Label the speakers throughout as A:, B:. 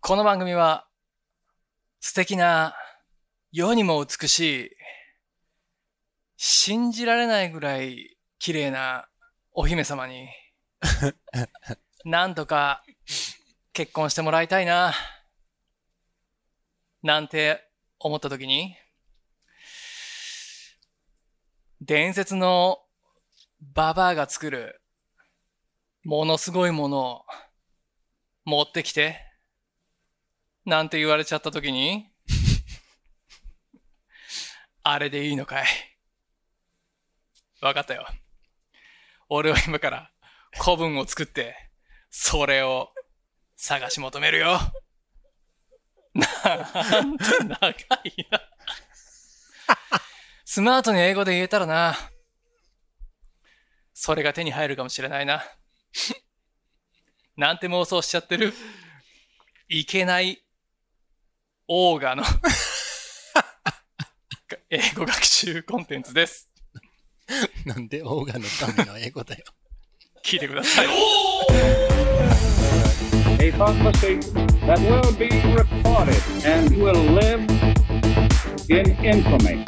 A: この番組は、素敵な、世にも美しい、信じられないぐらい綺麗なお姫様に、なんとか結婚してもらいたいな、なんて思った時に、伝説のババアが作る、ものすごいものを持ってきて、なんて言われちゃった時に、 あれでいいのかい。わかったよ。俺は今から古文を作って、それを探し求めるよ。なんて長いな。スマートに英語で言えたらな。それが手に入るかもしれないな。なんて妄想しちゃってる。いけない、オーガの、英語学習コンテンツです。
B: なんでオーガのための英語だよ。
A: 聞いてください。
C: a prophecy that will be recorded and will live in infamy.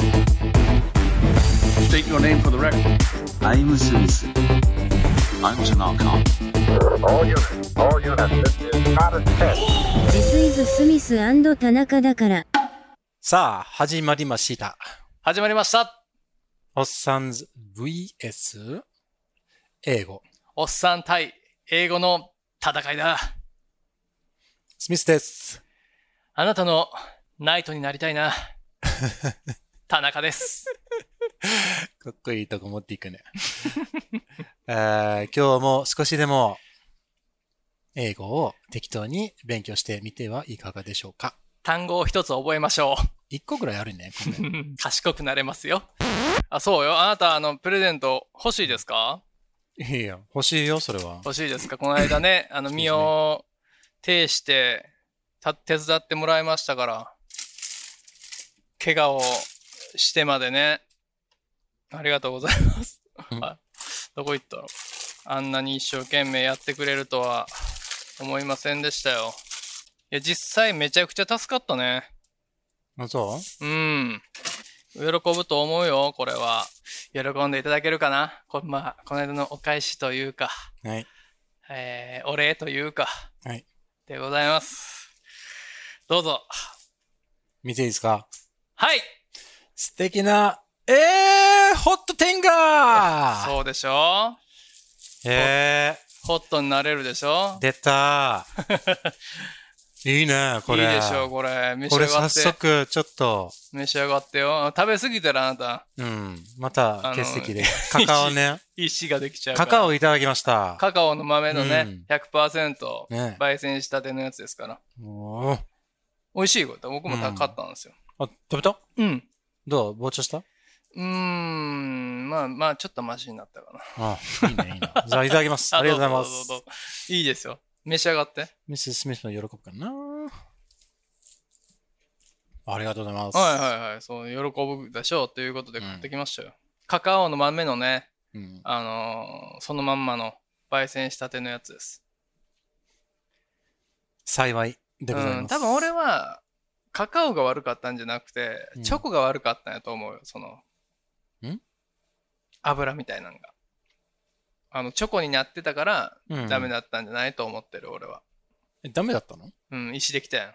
C: State your name for the record.
D: I'm Smith. I'm Tanaka.
E: All units, all units, this is not a test.
F: This is スミス田中だから。
B: さあ、始まりました。
A: 始まりました。
B: おっさんず VS 英語。
A: おっさん対英語の戦いだ。
B: スミスです。
A: あなたのナイトになりたいな。田中です。
B: かっこいいとこ持っていくね。 えー今日も少しでも英語を適当に勉強してみてはいかがでしょうか。
A: 単語を一つ覚えましょ
B: 一個ぐらいあるね、ごめん。
A: う。賢くなれますよ。あ、そうよ。あなた、あの、プレゼント欲しいですか
B: いいよ。欲しいよ、それは。
A: 欲しいですかこの間 ね、あの、
B: そうですね
A: 身を挺して、た、手伝ってもらいましたから、怪我をしてまでね、ありがとうございます。
B: うん
A: あどこ行ったのあんなに一生懸命やってくれるとは思いませんでしたよ。いや、実際めちゃくちゃ助かったね。
B: あ、そ
A: うん。喜ぶと思うよ、これは。喜んでいただけるかなこまあ、この間のお返しというか。
B: うはい。
A: えーお礼というか、
B: はい。
A: でございます。どうぞ。
B: 見ていいですか
A: はい
B: 素敵な、えー、ホットテンガー
A: そうでしょ
B: え
A: ホットになれるでしょ
B: ー、出たー。いいね、これ。
A: いいでしょう、これ。召し
B: これ
A: 上が
B: 早
A: って。
B: 速、ちょっと、
A: 召し上がってよ。食べ過ぎたらあなた、
B: うん、また
A: あの
B: 欠席で。カカオね。
A: 石ができちゃうか
B: カ
A: ら。
B: カオいただきました。
A: カカオの豆のね、
B: う
A: 100%、
B: ね
A: 焙煎したてのやつですから。
B: おー
A: 美味しいこと。僕も高かったんですよ。
B: あ、食べた
A: うん。
B: どう膨張した
A: うーん。まあまあ、ちょっとマシになったかな。
B: あ、いいね、いいね。 じゃあ、いただ きます。ありがとうござ
A: どう
B: いま
A: ぞ
B: す
A: どう。ぞどうぞいいですよ。召し上がって。
B: ミス・スミスの喜ぶかなありがとうございます。
A: はいはいはい、そう、喜ぶでしょうということで
B: うん
A: 買ってきましたよ。カカオの豆のね、
B: い。うん、
A: あのーそのまんまの焙煎したてのやつです。
B: 幸いでございます。
A: うん、多分俺は、カカオが悪かったんじゃなくて
B: う、ん
A: チョコが悪かったんやと思うよ、その、
B: ん
A: 油みたいなのが。あの、チョコになってたから、
B: うん
A: ダメだったんじゃないと思ってる、俺は。
B: えダメだったの
A: うん、石できたやん。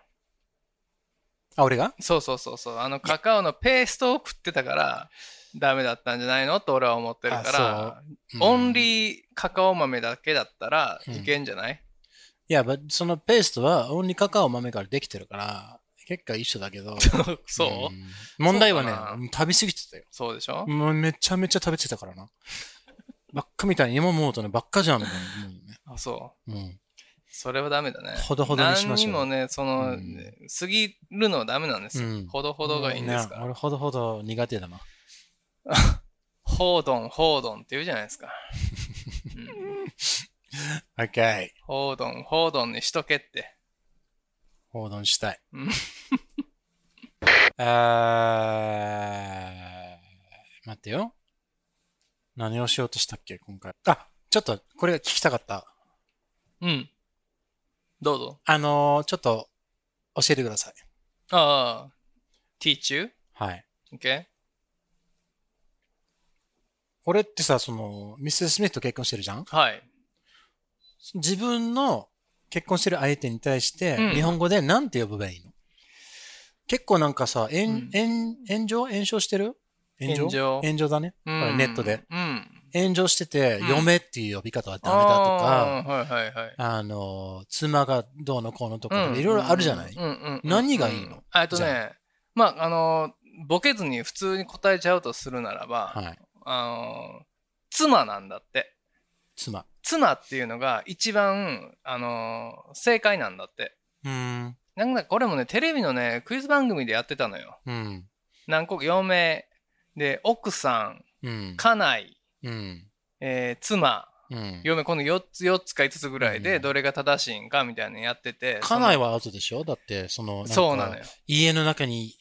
B: あ、俺が
A: そうそうそうそう。あの、カカオのペーストを食ってたから、ダメだったんじゃないのと俺は思ってるから
B: あ、うん
A: オンリーカカオ豆だけだったら
B: うん
A: いけんじゃない、
B: いや、but そのペーストはオンリーカカオ豆からできてるから、結果一緒だけど。
A: そう、
B: ん問題は
A: そうかな
B: ね、食べ過ぎてたよ。
A: そうでしょ、
B: もうめちゃめちゃ食べてたからな。 ばっかみたいに今思うとね、ばっかじゃんみたいな思うよね。
A: あそう。
B: うん。
A: それはダメだね。
B: ほどほどにしましょう
A: 何にもね、その、
B: うん
A: 過ぎるのはダメなんですよ。
B: うん
A: ほどほどがいいんですか
B: ね
A: ら。
B: 俺ほどほど苦手だな。
A: ほうどん、ほうどんって言うじゃないですか。
B: OK。
A: ほうどん、ほうどんにしとけって。
B: ほどんしたい
A: うん。
B: あー待ってよ。何をしようとしたっけ、今回。あ、ちょっと、これ聞きたかった。
A: うん。どうぞ。
B: あのーちょっと、教えてください。
A: ああ、teach you?
B: はい。
A: Okay?
B: 俺ってさ、その、ミス・スミスと結婚してるじゃん
A: はい。
B: 自分の結婚してる相手に対して
A: うん、
B: 日本語で何て呼べばいいの、結構なんかさ、え
A: うん
B: ん、えん、炎上炎上してる炎上
A: 炎上
B: 炎上だね。
A: う
B: これネットで。。
A: うん。
B: 炎上してて、
A: うん
B: 嫁っていう呼び方はダメだとか、
A: あー。はいはいはい。
B: あの、妻がどうのこうのとか、
A: うん
B: いろいろあるじゃない、
A: うんうんうんうん
B: 何がいいの
A: あえっと
B: じ
A: ね、まあ、あの、ボケずに普通に答えちゃうとするならば、
B: はい。
A: あの、妻なんだって。
B: 妻。
A: 妻っていうのが一番、あの、正解なんだって。
B: うーん。
A: なんかこれもね、テレビのね、クイズ番組でやってたのよ。
B: うん。
A: 何個か、嫁、で、奥さん、
B: うん。
A: 家内、
B: うん。
A: えー妻、
B: うん。
A: 嫁、この4つ、4つか5つぐらいうで、
B: ん
A: どれが正しいんかみたいなのやってて。
B: 家内はアウトでしょだって、その、
A: そのそうなの
B: よ。
A: よ。
B: 家の中に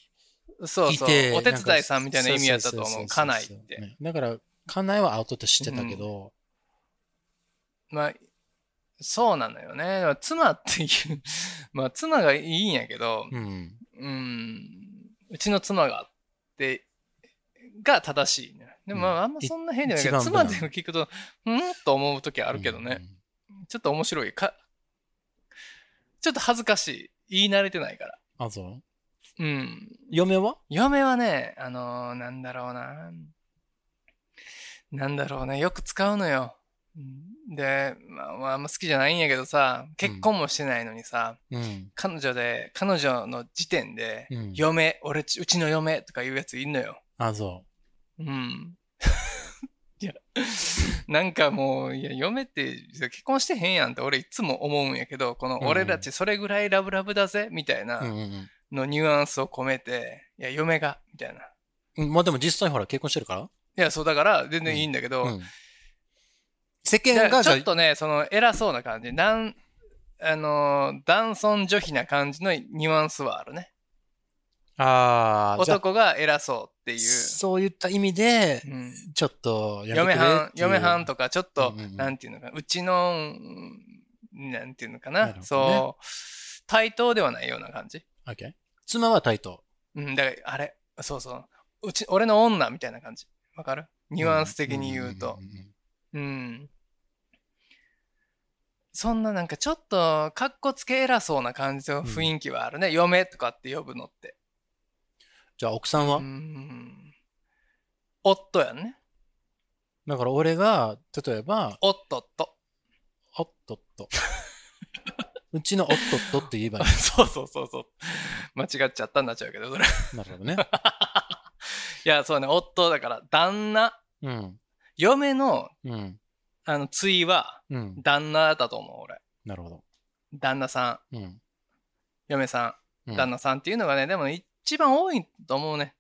A: そう
B: い
A: そう
B: て。。
A: お手伝いさんみたいな意
B: か
A: 味やったと
B: そ
A: 思。
B: そうそそ
A: 家内っ
B: そう
A: て。
B: ねだから、家内はアウトって知ってたけど、
A: まあ、そうなのよね。まあ妻っていう、 まあ妻がいいんやけど、
B: うん。
A: うん、うちの妻がって、が正しいね。でもま
B: うん
A: ああんまそんな変じゃないけど、
B: 一
A: 妻
B: 番無難
A: でも聞くと、うんと思う時あ
B: あ
A: るけどね。。ちょっと面白い。か、ちょっと恥ずかしい。言い慣れてないから。
B: あ、そう
A: うん。
B: 嫁は
A: 嫁はね、あのーなんだろうな。なんだろうね、よく使うのよ。うんで、まあ、まあ、あんま好きじゃないんやけどさ、結婚もしてないのにさ、
B: うん。
A: 彼女で、彼女の時点で、
B: うん
A: 嫁、俺ち、うちの嫁とかいうやついんのよ。
B: あ、そ
A: うん。 いや、なんかもう、いや、嫁って結婚してへんやんって俺いつも思うんやけど、この俺たちそれぐらいラブラブだぜみたいな
B: う。うんうん
A: のニュアンスを込めて、いや、嫁が、みたいな。
B: うん。まあでも実際ほら、結婚してるか
A: いや、そうだから、全然いいんだけど、
B: らうん。世
A: だか
B: 間が、
A: らち
B: じゃ
A: ょっとね、その偉そうな感じ、なん、あのー、男尊女卑な感じのニュアンスはあるね。
B: ああー、じゃあ
A: 男が偉そうっていう。
B: そういった意味で、
A: うん
B: ちょっとやめ
A: 嫁
B: てくれっ
A: はん、
B: ていう
A: 嫁はんとか、ちょっと、
B: うんうんうん
A: なんていうのかな、うちの、うんなんていうのかな、
B: なるほどね
A: そう、対等ではないような感じ。
B: OK 妻は対等。
A: うん、だから、あれ、そうそう、うち、俺の女みたいな感じ。わかるニュアンス的に言うと。
B: んんんん。
A: うん。そんななんかちょっとかっこつけ偉そうな感じの雰囲気はあるね。嫁とかって呼ぶのって。
B: じゃあ奥さん
A: う
B: は
A: ん。夫やんね。
B: だから俺が、例えば、
A: 夫と。
B: おっとっ と。うちのおっとっとって言えばい
A: そうそうそうそう。間違っちゃったんなっちゃうけど、それ。
B: い。なるほどね。
A: いや、そうね、夫だから、旦那。
B: うん。
A: 嫁の、
B: うん。
A: あの、対は、
B: うん。
A: 旦那だと思う、俺。
B: なるほど。
A: 旦那さん、
B: うん。
A: 嫁さん。
B: うん
A: 旦那さんっていうのがね、でも一番多いと思うね。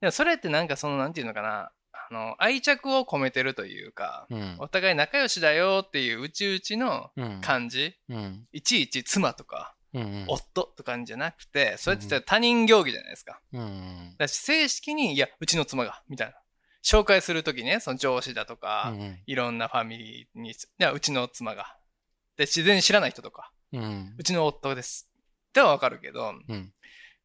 A: でもそれってなんかその、なんていうのかな、あの、愛着を込めてるというか、
B: うん。
A: お互い仲良しだよっていううちうちの
B: うん。
A: 感じ、
B: うん。
A: いちいち妻とか、
B: うん。
A: 夫とかじゃなくて、それって言ったら他人行儀じゃないですか。
B: うん。
A: だし、正式に、いや、うちの妻が、みたいな。紹介するときね、その上司だとか、
B: うん
A: いろんなファミリーに、いや、うちの妻が。で、自然に知らない人とか、
B: うん
A: う。ちの夫です。ってはわかるけど、
B: うん。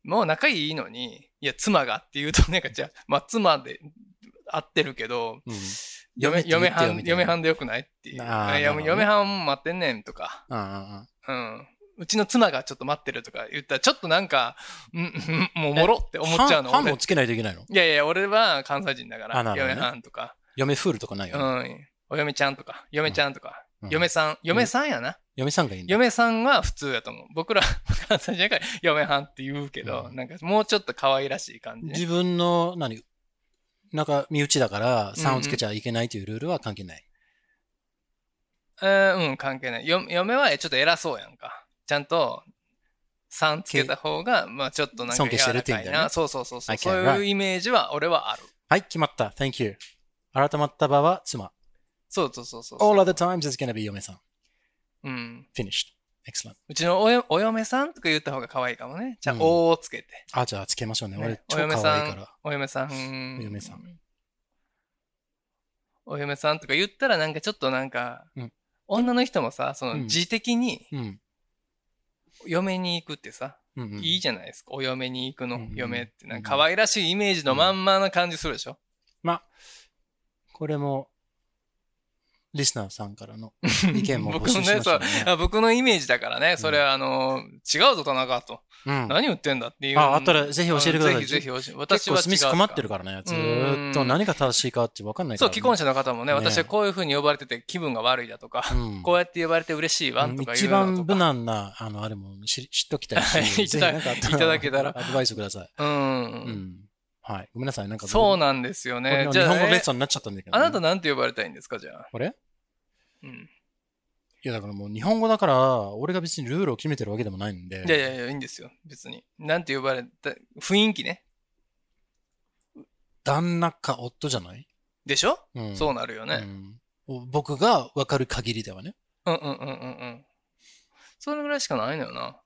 A: もう仲いいのに、いや、妻がって言うと、なんか、じゃあ、まあ、妻で合ってるけど、
B: うん
A: 嫁、嫁
B: 嫁って言って
A: は
B: よ
A: ん、
B: みたいな
A: 嫁はんでよくないっていう。
B: あー
A: あいや、
B: なるほどね
A: 嫁はん待ってんねんとか、
B: ああ。
A: うん。うちの妻がちょっと待ってるとか言ったら、ちょっとなんか、うん、うんもうおもろって思っちゃうの。
B: 半
A: 俺
B: もつけないといけないの
A: いやいや、俺は関西人だか
B: あ
A: ら、
B: なるほどね
A: 嫁はんとか、
B: 嫁フールとかないよ
A: う
B: ね。
A: ん、お嫁ちゃんとか、嫁ちゃんとか、
B: うん
A: 嫁さん、嫁さんやな。
B: 嫁さんがいいんだ。
A: 嫁さんは普通やと思う。僕ら、 関西人だから、嫁はんって言うけど、
B: うん
A: なんかもうちょっと可愛らしい感じね、
B: 自分の、何なんか、身内だから、3をつけちゃいけないというルールは関係ない。
A: えーうん、関係ない。よ嫁はちょっと偉そうやんか。ちゃんと、さんつけた方が、まあちょっとなんか
B: 尊敬してるって意
A: 柔
B: 味
A: らか
B: だ
A: い
B: よね
A: な。そうそうそうそう。
B: I
A: そ
B: can
A: ういうイメージは俺はある。
B: はい、決まった。Thank you. 改まった場は、妻。
A: そうそうそうそう。
B: All other times is gonna be 嫁さん。
A: うん。
B: Finished. Excellent.
A: うちのおよお嫁さんとか言った方が可愛いかもね。じゃあ、
B: うん
A: おをつけて、
B: あ、じゃあ、つけましょうね。
A: ね
B: 俺、
A: お
B: 超可愛
A: 嫁
B: い
A: さん
B: から。
A: お嫁さん。
B: お嫁さん。
A: お嫁さんとか言ったらなんかちょっとなんか、
B: うん
A: 女の人もさ、そ
B: うん
A: の字的に、
B: うん。
A: 嫁に行くってさ、
B: うんうん
A: いいじゃないですか。お嫁に行く
B: う
A: の
B: んうん、
A: 嫁って。なんか可愛らしいイメージのまんまな感じするでしょ。
B: まあ、これも、リスナーさんか らの意見も募
A: 僕
B: 集
A: の
B: しまし
A: ね、
B: た
A: そ
B: よ
A: う
B: ね。
A: あ僕のイメージだからね、それはあの、違うぞ、田中と。
B: うん、
A: 何言ってんだっていう。
B: ああったらぜひ教えてください
A: あのぜひぜひ教えて。
B: 結
A: 私は違
B: 構
A: う
B: スミス困ってるからね。ずーっと何が正しいかって分かんないか
A: そ
B: ら、
A: う、既婚
B: 者。
A: 者の方もね、
B: ね
A: 私はこういう風に呼ばれてて気分が悪いだとか、
B: うん
A: こうやって呼ばれて嬉しいわとか
B: 一
A: 言うの
B: 番
A: と
B: 無
A: か。
B: 難な、あの、あれも知知っときたい
A: はい
B: し、ぜひなんかあっ
A: いただけたら
B: アドバイスください。
A: うん。
B: うん。はい。ごめんなさい。なんか僕、
A: そうなんですよね。
B: こ
A: じ
B: れ
A: ゃ
B: 日
A: あ、
B: 本語レッ
A: ね、
B: スンになっちゃったんだけど
A: あ
B: ね、
A: なたなんて呼ばれたいんですか、じゃあ。
B: あれ
A: うん。
B: いや、だからもう日本語だから、俺が別にルールを決めてるわけでもないんで。
A: いやいやいや、いいんですよ。別に。なんて呼ばれた、雰囲気ね。
B: 旦那か夫じゃない
A: でしょ、
B: うん
A: そうなるよね。
B: うん僕が分かる限りではね。
A: うん、うんうんうんうん。それぐらいしかないのよな。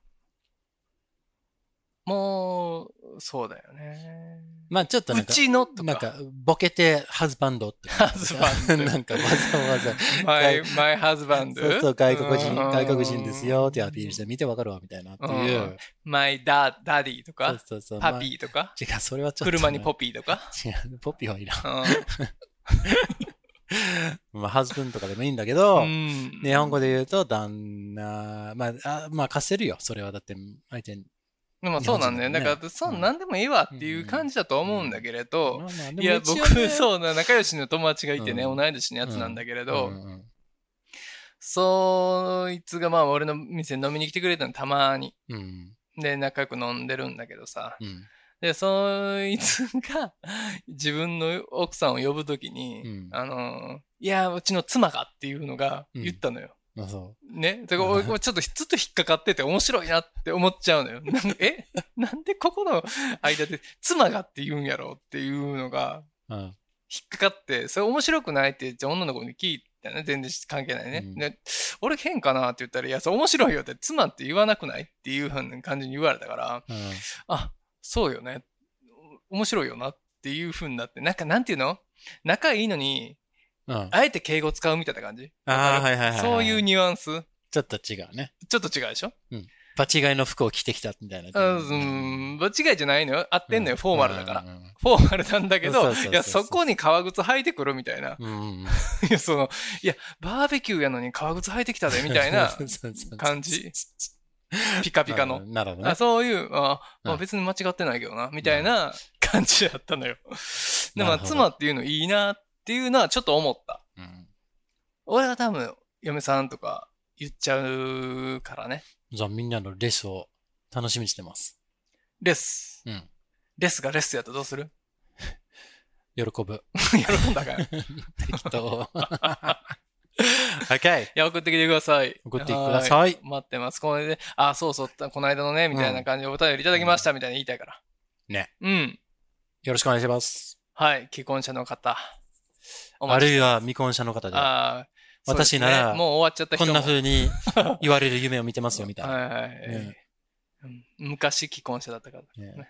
A: もう、そうだよね。
B: まあちょっとな
A: うん
B: か、
A: ちのと
B: なん
A: か、
B: か、ボケて、ハズバンドって。ハ
A: ズバンド
B: なんか、わざわざ。
A: マイ、マイハズバンド。
B: そうそう、外国人、
A: うん。
B: 外国人ですよってアピールして、見てわかるわ、みたいなっていううん
A: マイダ、ダディと
B: そう
A: か、
B: そうそう。
A: パピーとか、
B: ー。違う、それはちょっと。
A: 車にポ
B: ピ
A: ピーとか。
B: ー。違う、ポピーはいらん。
A: う
B: まあ、ハズブンとかでもいいんだけど、
A: ん。
B: 日本語で言うと、旦那、まあ、あまあ、貸せるよ。それはだって、相手に。
A: でもそうなんだよ。
B: 日本人だ
A: だ
B: ね
A: から、そうう、
B: ん
A: なんでもいいわっていう感じだと思うんだけれど、
B: まあまあでも
A: いや、
B: 一応ね
A: 僕、そうな、仲良しの友達がいてね、
B: うん
A: 同い年のやつなんだけれど、
B: うんうん
A: そいつがまあ俺の店に飲みに来てくれたのたまに。
B: うん。
A: で、仲良く飲んでるんだけどさ。
B: うん。
A: で、そいつが 自分の奥さんを呼ぶときに、
B: うん
A: あの、いや、うちの妻がっていうのが言ったのよ。
B: まあ、そう。
A: ね。だから俺、
B: うん
A: 俺ちょっとずっと引っかかってて面白いなって思っちゃうのよ。なんえ なんでここの間で妻がって言うんやろっていうのが
B: うん。
A: 引っかかって、それ面白くないってじゃあ女の子に聞いたね。全然関係ないね。
B: うん
A: で、俺変かなって言ったら、いや、それ面白いよって、妻って言わなくないっていうふうな感じに言われたから、
B: うん
A: あ、そうよね。面白いよなっていうふうになって、なんか、なんていうの仲いいのに、
B: うん。
A: あえて敬語使うみたいな感じ。
B: ああ、はいはいはいはい。
A: そういうニュアンス。
B: ちょっと違うね。
A: ちょっと違うでしょ
B: 場違いの服を着てきたみたいな。
A: あうん、間違いじゃないのよ。合ってんのよ、フォーマルだから。
B: うん。
A: フォーマルなんだけ
B: そう
A: ど、
B: そうそうそう
A: いや、そこに革靴履いてくるみたいな。
B: うんうんうん
A: いや、その、いや、バーベキューやのに革靴履いてきたで、みたいな
B: そうそうそう
A: 感じ。ピカピカの。
B: なるほどね
A: あ。そういう、あま
B: う
A: あ、
B: ん
A: 別に間違ってないけどな、みたいな感じだったの よ。でも、ま
B: な
A: あ
B: るほど
A: 妻っていうのいいなっていうのはちょっと思った。
B: うん
A: 俺は多分、嫁さんとか言っちゃうからね。
B: じゃあみんなのレスを楽しみにしてます。
A: レス。
B: うん
A: レスがレスやったらどうする
B: 喜ぶ。
A: 喜んだ から。
B: 適 当。OK!
A: いや、送ってきてください。
B: 送ってきてください
A: は待ってます。これで、あ、そうそう、この間のね、みたいな感じでお便りいただきました、みたいな言いたいから。
B: ね。
A: うん。
B: よろしくお願いします。
A: はい。既婚者の方。お
B: あ
A: 待
B: る
A: ち
B: いは未婚者の方で、
A: あー
B: 私
A: そうですね
B: なら
A: もう終わっちゃった
B: こ
A: 人
B: ん
A: も
B: な 風に言われる夢を見てますよみたいな。
A: はいはいはい。
B: ね
A: うん昔既婚者だったから。
B: ね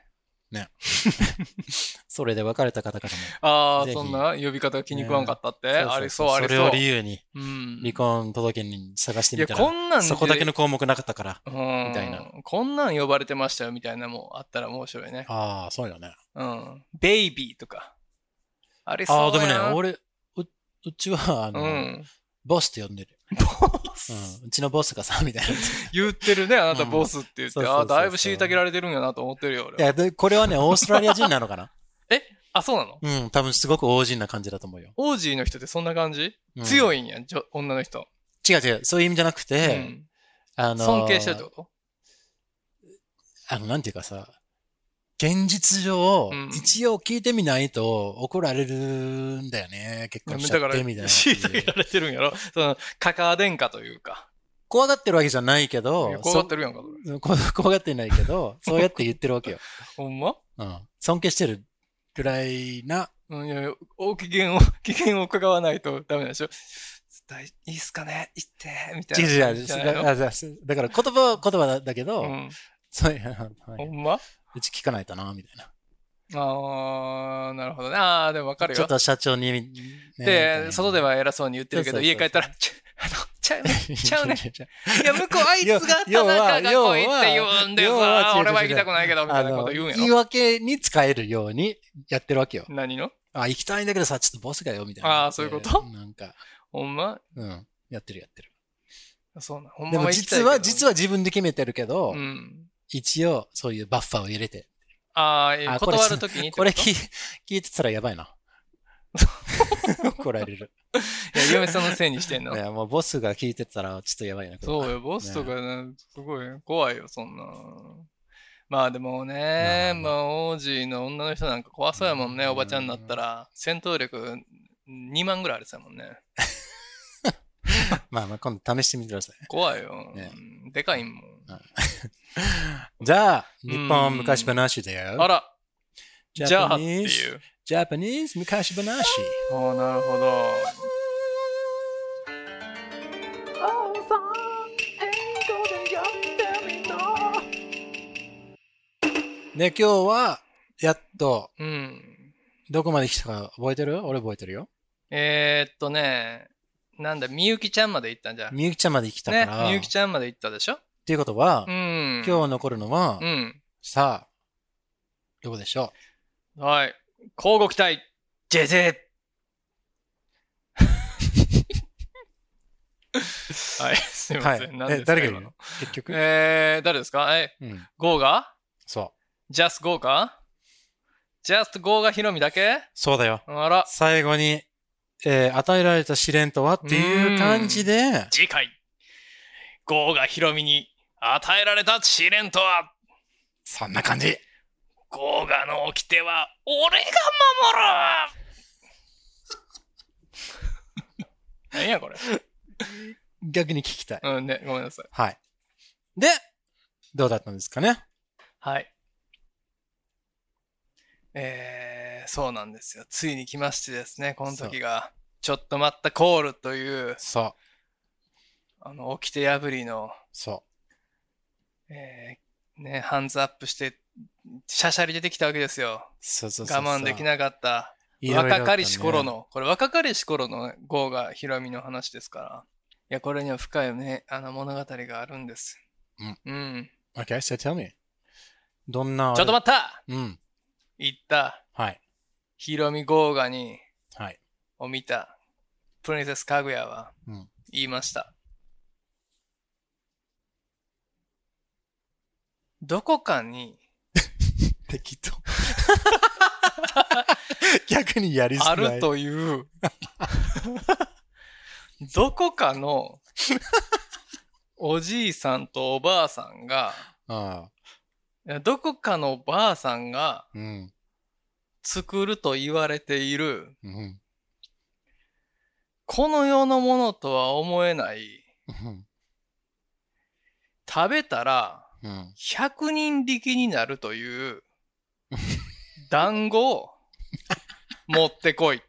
B: ね それで別れた方々も。
A: ああ、
B: ぜひ
A: そんな呼び方が気に食わんかったって、ありそう、ありそう。
B: それを理由に
A: うん。
B: 離婚届に探して
A: い
B: み
A: や、
B: た
A: こ
B: ら、
A: んなんで
B: そこだけの項目なかったから。
A: うん
B: みたいな
A: こんなん呼ばれてましたよみたいなのもあったら面白いね。
B: ああ、そうよね。
A: うん。ベイビーとか。あれそう
B: あ
A: や
B: あ、でもね
A: な、
B: 俺、ううちは、あの、
A: うん。
B: ボスって呼んでる。
A: ボス
B: うん、うちのボスがさ、みたいな。い
A: 言ってるね、あなた
B: うん
A: ボスって言って、
B: そうそうそ
A: あ
B: うそう
A: あ、だいぶ虐げられてるんやなと思ってるよ、俺は。
B: や、でこれはね、オーストラリア人なのかな
A: えあ、そうなの
B: うん、多分すごく王人な感じだと思うよ。
A: オージーの人ってそんな感じ
B: うん
A: 強いんや、じょ女の人。
B: 違う違う、そういう意味じゃなく
A: う
B: て、
A: ん
B: あの、
A: 尊敬してるってこ
B: あの、なんていうかさ、現実上、
A: うん
B: 一応聞いてみないと怒られるんだよね。結
A: と
B: 婚しち
A: だ
B: ゃ
A: から、
B: ってみたいな。
A: 虐げら れてるん やろその、カカア殿下というか。
B: 怖がってるわけじゃないけ
A: い
B: ど
A: や、怖がってるやんか、それ
B: そ怖怖がって ないけど、そうやって言ってるわけよ。
A: ほんま
B: うん。尊敬してるぐらいな、
A: うん、いやいや、お機嫌を、 機嫌を伺わないとダメなんでしょ大いいっすかね行って、みた
B: 違
A: いうな。
B: 違う違う
A: じゃないの
B: だだだから言葉は言葉だけど、
A: うん。
B: そういう、は
A: ほ
B: い
A: んま
B: うち聞かないとな、みたいな。
A: あー、なるほどね。あー、でもわかる
B: ちょっ
A: よ。
B: と社長に、ねみたい
A: で、
B: な
A: 外では偉そうに言ってるけど、
B: そうそうそう。
A: 家帰ったら、ちょあの、ちゃうね。言っちゃうね
B: 違
A: いや、向こう、あいつが田
B: 要は
A: 中が来いって言うんでさ、
B: 要は違う違う違う
A: 俺は行きたくないけど、みた
B: あ
A: いなこ
B: の、
A: と言うんや
B: 言い
A: ろ。
B: 訳に使えるようにやってるわけよ。
A: 何の
B: あ、行きたいんだけどさ、ちょっとボスがよ、みたいな。
A: あーそういうこと
B: なんか、
A: ほんま
B: うん。やってるやってる。
A: そうなん。ほん
B: で
A: ま
B: も
A: は行きたい
B: 実
A: けど。
B: は、実は自分で決めてるけど、
A: うん。
B: 一応そういうバッファーを入れて。
A: あーえ
B: あこれ
A: 断るときにって
B: こ
A: と
B: れ聞い聞いてたらやば いな。怒られる。
A: いや、嫁さんのせいにしてん
B: い
A: の。
B: や、もうボスが聞いてたらちょっとやばいな。これは
A: そうよ、ボスとかな、すごい怖いよ、そんな。まあでもね、
B: ま
A: まあ王子の女の人なんか怖そうやもんね、
B: うん
A: おばちゃんになったら。戦闘力2万ぐらいあるさもんね。
B: まあまあ、今度試してみてください。
A: 怖いよ。
B: ね
A: うんでかいもん。
B: じゃあ、
A: ん
B: 日本昔話だよ。
A: あら、
B: Japanese
A: じゃあっていう。
B: ジャパニーズ昔話。
A: ああ、なるほど。
B: ね、今日は、やっと、
A: うん。
B: どこまで来たか覚えてる俺覚えてるよ。
A: えー、っとね、なんだ、みゆきちゃんまで行ったんじゃん。ね、
B: みゆきちゃんまで来たから。
A: みゆきちゃんまで行ったでしょ
B: っていうことは、
A: うん。
B: 今日残るのは、
A: うん。
B: さあ、どこでしょ。
A: はい。交互期待、ジェゼはい、すいうま
B: は
A: せん。
B: い
A: 何。で
B: え
A: す、か
B: 誰が言
A: 今
B: うの結局、
A: えー、誰ですかえ、
B: うん。
A: ゴーが
B: そう。
A: ジャスゴーかジャストゴーがヒロミだけ
B: そうだよ。
A: あら、
B: 最後に、えー与えられた試練とはっていう感じで、
A: 次回、ゴーがヒロミに与えられた試練とは、
B: そんな感じ。
A: ゴーガの掟は俺が守る 何やこれ。
B: 逆に聞きたい。
A: うんね、ごめんなさい。
B: はい。で、どうだったんですかね
A: はい。えー、そうなんですよ。ついに来ましてですね、この時が、ちょっと待ったコールという、
B: そう、
A: あの、掟破りの、
B: そ
A: えー、ね、ハンズアップして、シャシャリ出てきたわけですよ
B: う。。そうそうそう
A: 我慢でき
B: い。
A: なかった。
B: いろいろあったね
A: 若かりし頃。の、これ若かりし頃のゴーがヒロミの話ですから、いや、これには深いね、あの物語があるんです。
B: うん。
A: うん。
B: Okay, so tell me. どんな。
A: ちょっと
B: 待
A: 待った
B: って。うん。
A: 言った、
B: はい。
A: ヒロミゴーガに、
B: はい。
A: を見た、プリンセスかぐやは
B: うん、
A: 言いました。どこかに
B: 適当。 逆にやりづらい。
A: ある。という、 どこかのおじいさんとおばあさんが、
B: ああ。
A: いやどこかのおばあさんが
B: うん。
A: 作ると言われている、
B: うん。
A: この世のものとは思えない、
B: うん
A: 食べたら
B: うん。
A: 100人力になるという団子を持ってこいって。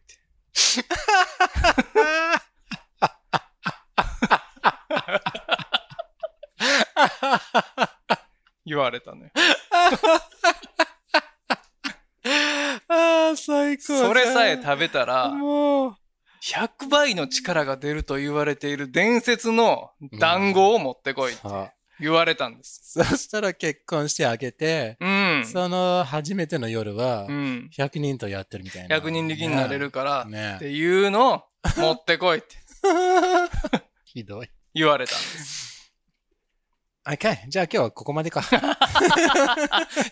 A: 言われたね。
B: ああ、最高。
A: それさえ食べたら、
B: もう。
A: 100倍の力が出ると言われている伝説の団子を持ってこいって
B: さあ
A: 言われたんです。
B: そしたら結婚してあげて、
A: うん。
B: その初めての夜は
A: う、ん。
B: 100人とやってるみたいな。
A: 100人力になれるから
B: ね
A: っ
B: え。
A: ていうのを持ってこいって
B: ひどい。
A: 言われたんです。
B: OK。じゃあ今日はここまでか。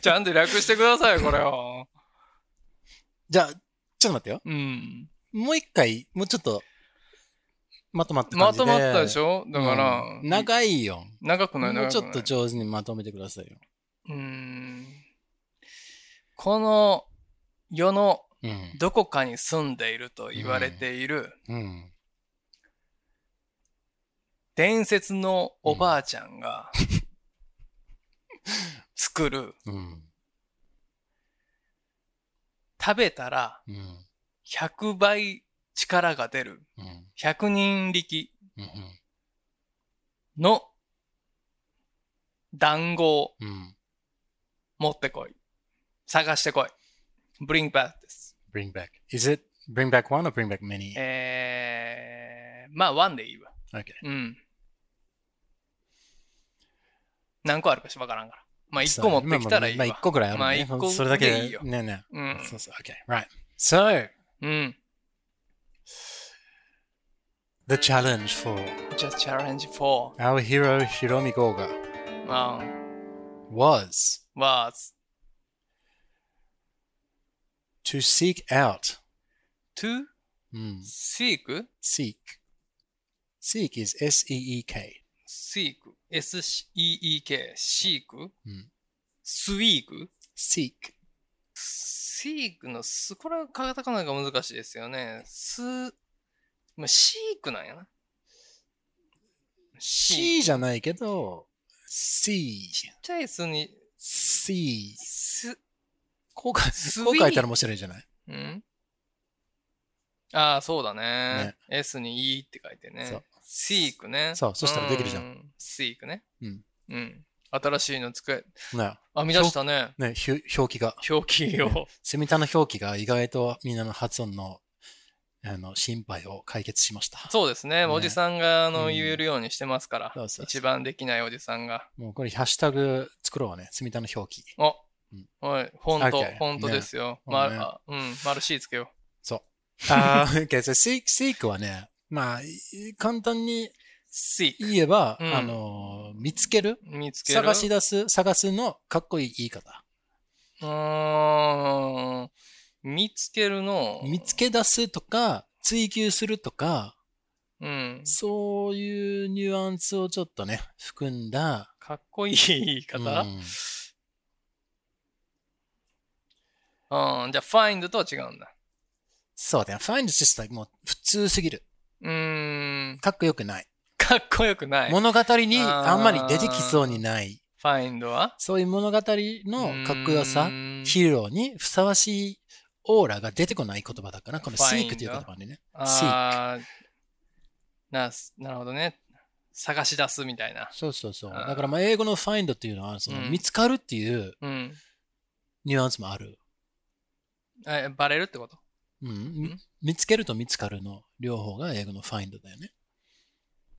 A: ちゃんと略してください、これを。
B: じゃあ、ちょっと待ってよ。
A: うん。
B: もう一回、もうちょっと、まとまった感
A: ま
B: じで。
A: とまったでしょだから、
B: うん長いよ。
A: 長くない
B: もう
A: 長く
B: ち
A: ない。
B: ょっと上手にまとめてくださいよ。
A: うん。この世の
B: うん。
A: どこかに住んでいると言われている
B: うん。
A: 伝説のおばあちゃん が作る
B: うん。
A: 食べたら
B: うん。
A: 100倍力が出る
B: うん。
A: 100人力
B: うん。
A: の団子を
B: うん。
A: 持ってこい。探してこい。bring back です。
B: bring back. Is it bring back one or bring back many?
A: えー、まあ、ワンでいいわ。
B: Okay.
A: うん。何個あるかしわからんから。まあ、1個持ってきたらいい
B: ま
A: わ。
B: あ、1個ぐらいある
A: まあ
B: もんね。
A: 一個
B: それだけ
A: でいいよ
B: ねえね
A: う
B: え
A: ん。
B: そうそう。Okay, right. So,
A: うん。
B: the challenge for
A: Just challenge for,
B: our hero Hiromi Goga
A: um,
B: was
A: was
B: to seek out.
A: to
B: うん
A: seek,
B: seek. Seek is E S-E-E-K.
A: seek, s-e-e-k, seek,
B: ん
A: sweek,
B: Seek.
A: seek のす、これはカタカナが難しいですよね。す、まあ、シークなんやな。シー
B: C
A: Hmm.
B: じゃないけど、C。
A: ちっちゃいすに、
B: C。
A: す、
B: こう書い
A: ス
B: こう
A: イ
B: 書いたら面白いじゃない
A: んああ、そうだね S に E って書いて
B: そ
A: ね
B: う。
A: seek ね。
B: そうそしたらできるじゃん
A: ん。seek ね。
B: うん。
A: うん。新しいの作れ、
B: ね
A: 編み出したね。
B: ねひゅ表記が。
A: 表記を。
B: セミタの表記が意外とみんなの発音のあの心配を解決しました。
A: そうですね。おじさんがあの
B: うん
A: 言えるようにしてますから
B: そうそうそう。
A: 一番できないおじさんが。
B: もうこれハッシュタグ作ろうね。セミタの表記。
A: お
B: うん
A: はい。フォント
B: Okay、
A: フォントですよ。
B: ね
A: ま
B: ね
A: あ、うん。丸 C つけよ
B: そう。あー okay, so seek, seek はね、まあ、い簡単に
A: う。seek。
B: 言えば、
A: うん
B: あの、見つける
A: 見つける。
B: 探し出す、探すのかっこいい言い方。
A: うーん。見つけるの。
B: 見つけ出すとか、追求するとか、
A: うん。
B: そういうニュアンスをちょっとね、含んだ
A: かっこいい言い方、う
B: うんん、
A: じゃあ、find とは違うんだ。
B: そうだよ。find is just like もう普通すぎる。
A: うーん、
B: かっこよくない。
A: かっこよくない。
B: 物語に
A: あー
B: あんまり出てきそうにない。
A: find は
B: そういう物語のかっこよ
A: う
B: さ、
A: ーん
B: ヒーローにふさわしいオーラが出てこない言葉だから、この
A: Find
B: seek っていう言葉にね。
A: あーななるほどね。探し出すみたいな。
B: そうそうそう。
A: あー
B: だからまあ英語の find っていうのは、その
A: うん
B: 見つかるっていう
A: うん。
B: ニュアンスもある。
A: えバレるってこと
B: うん、み見つけると見つかるの両方が英語の find だよね。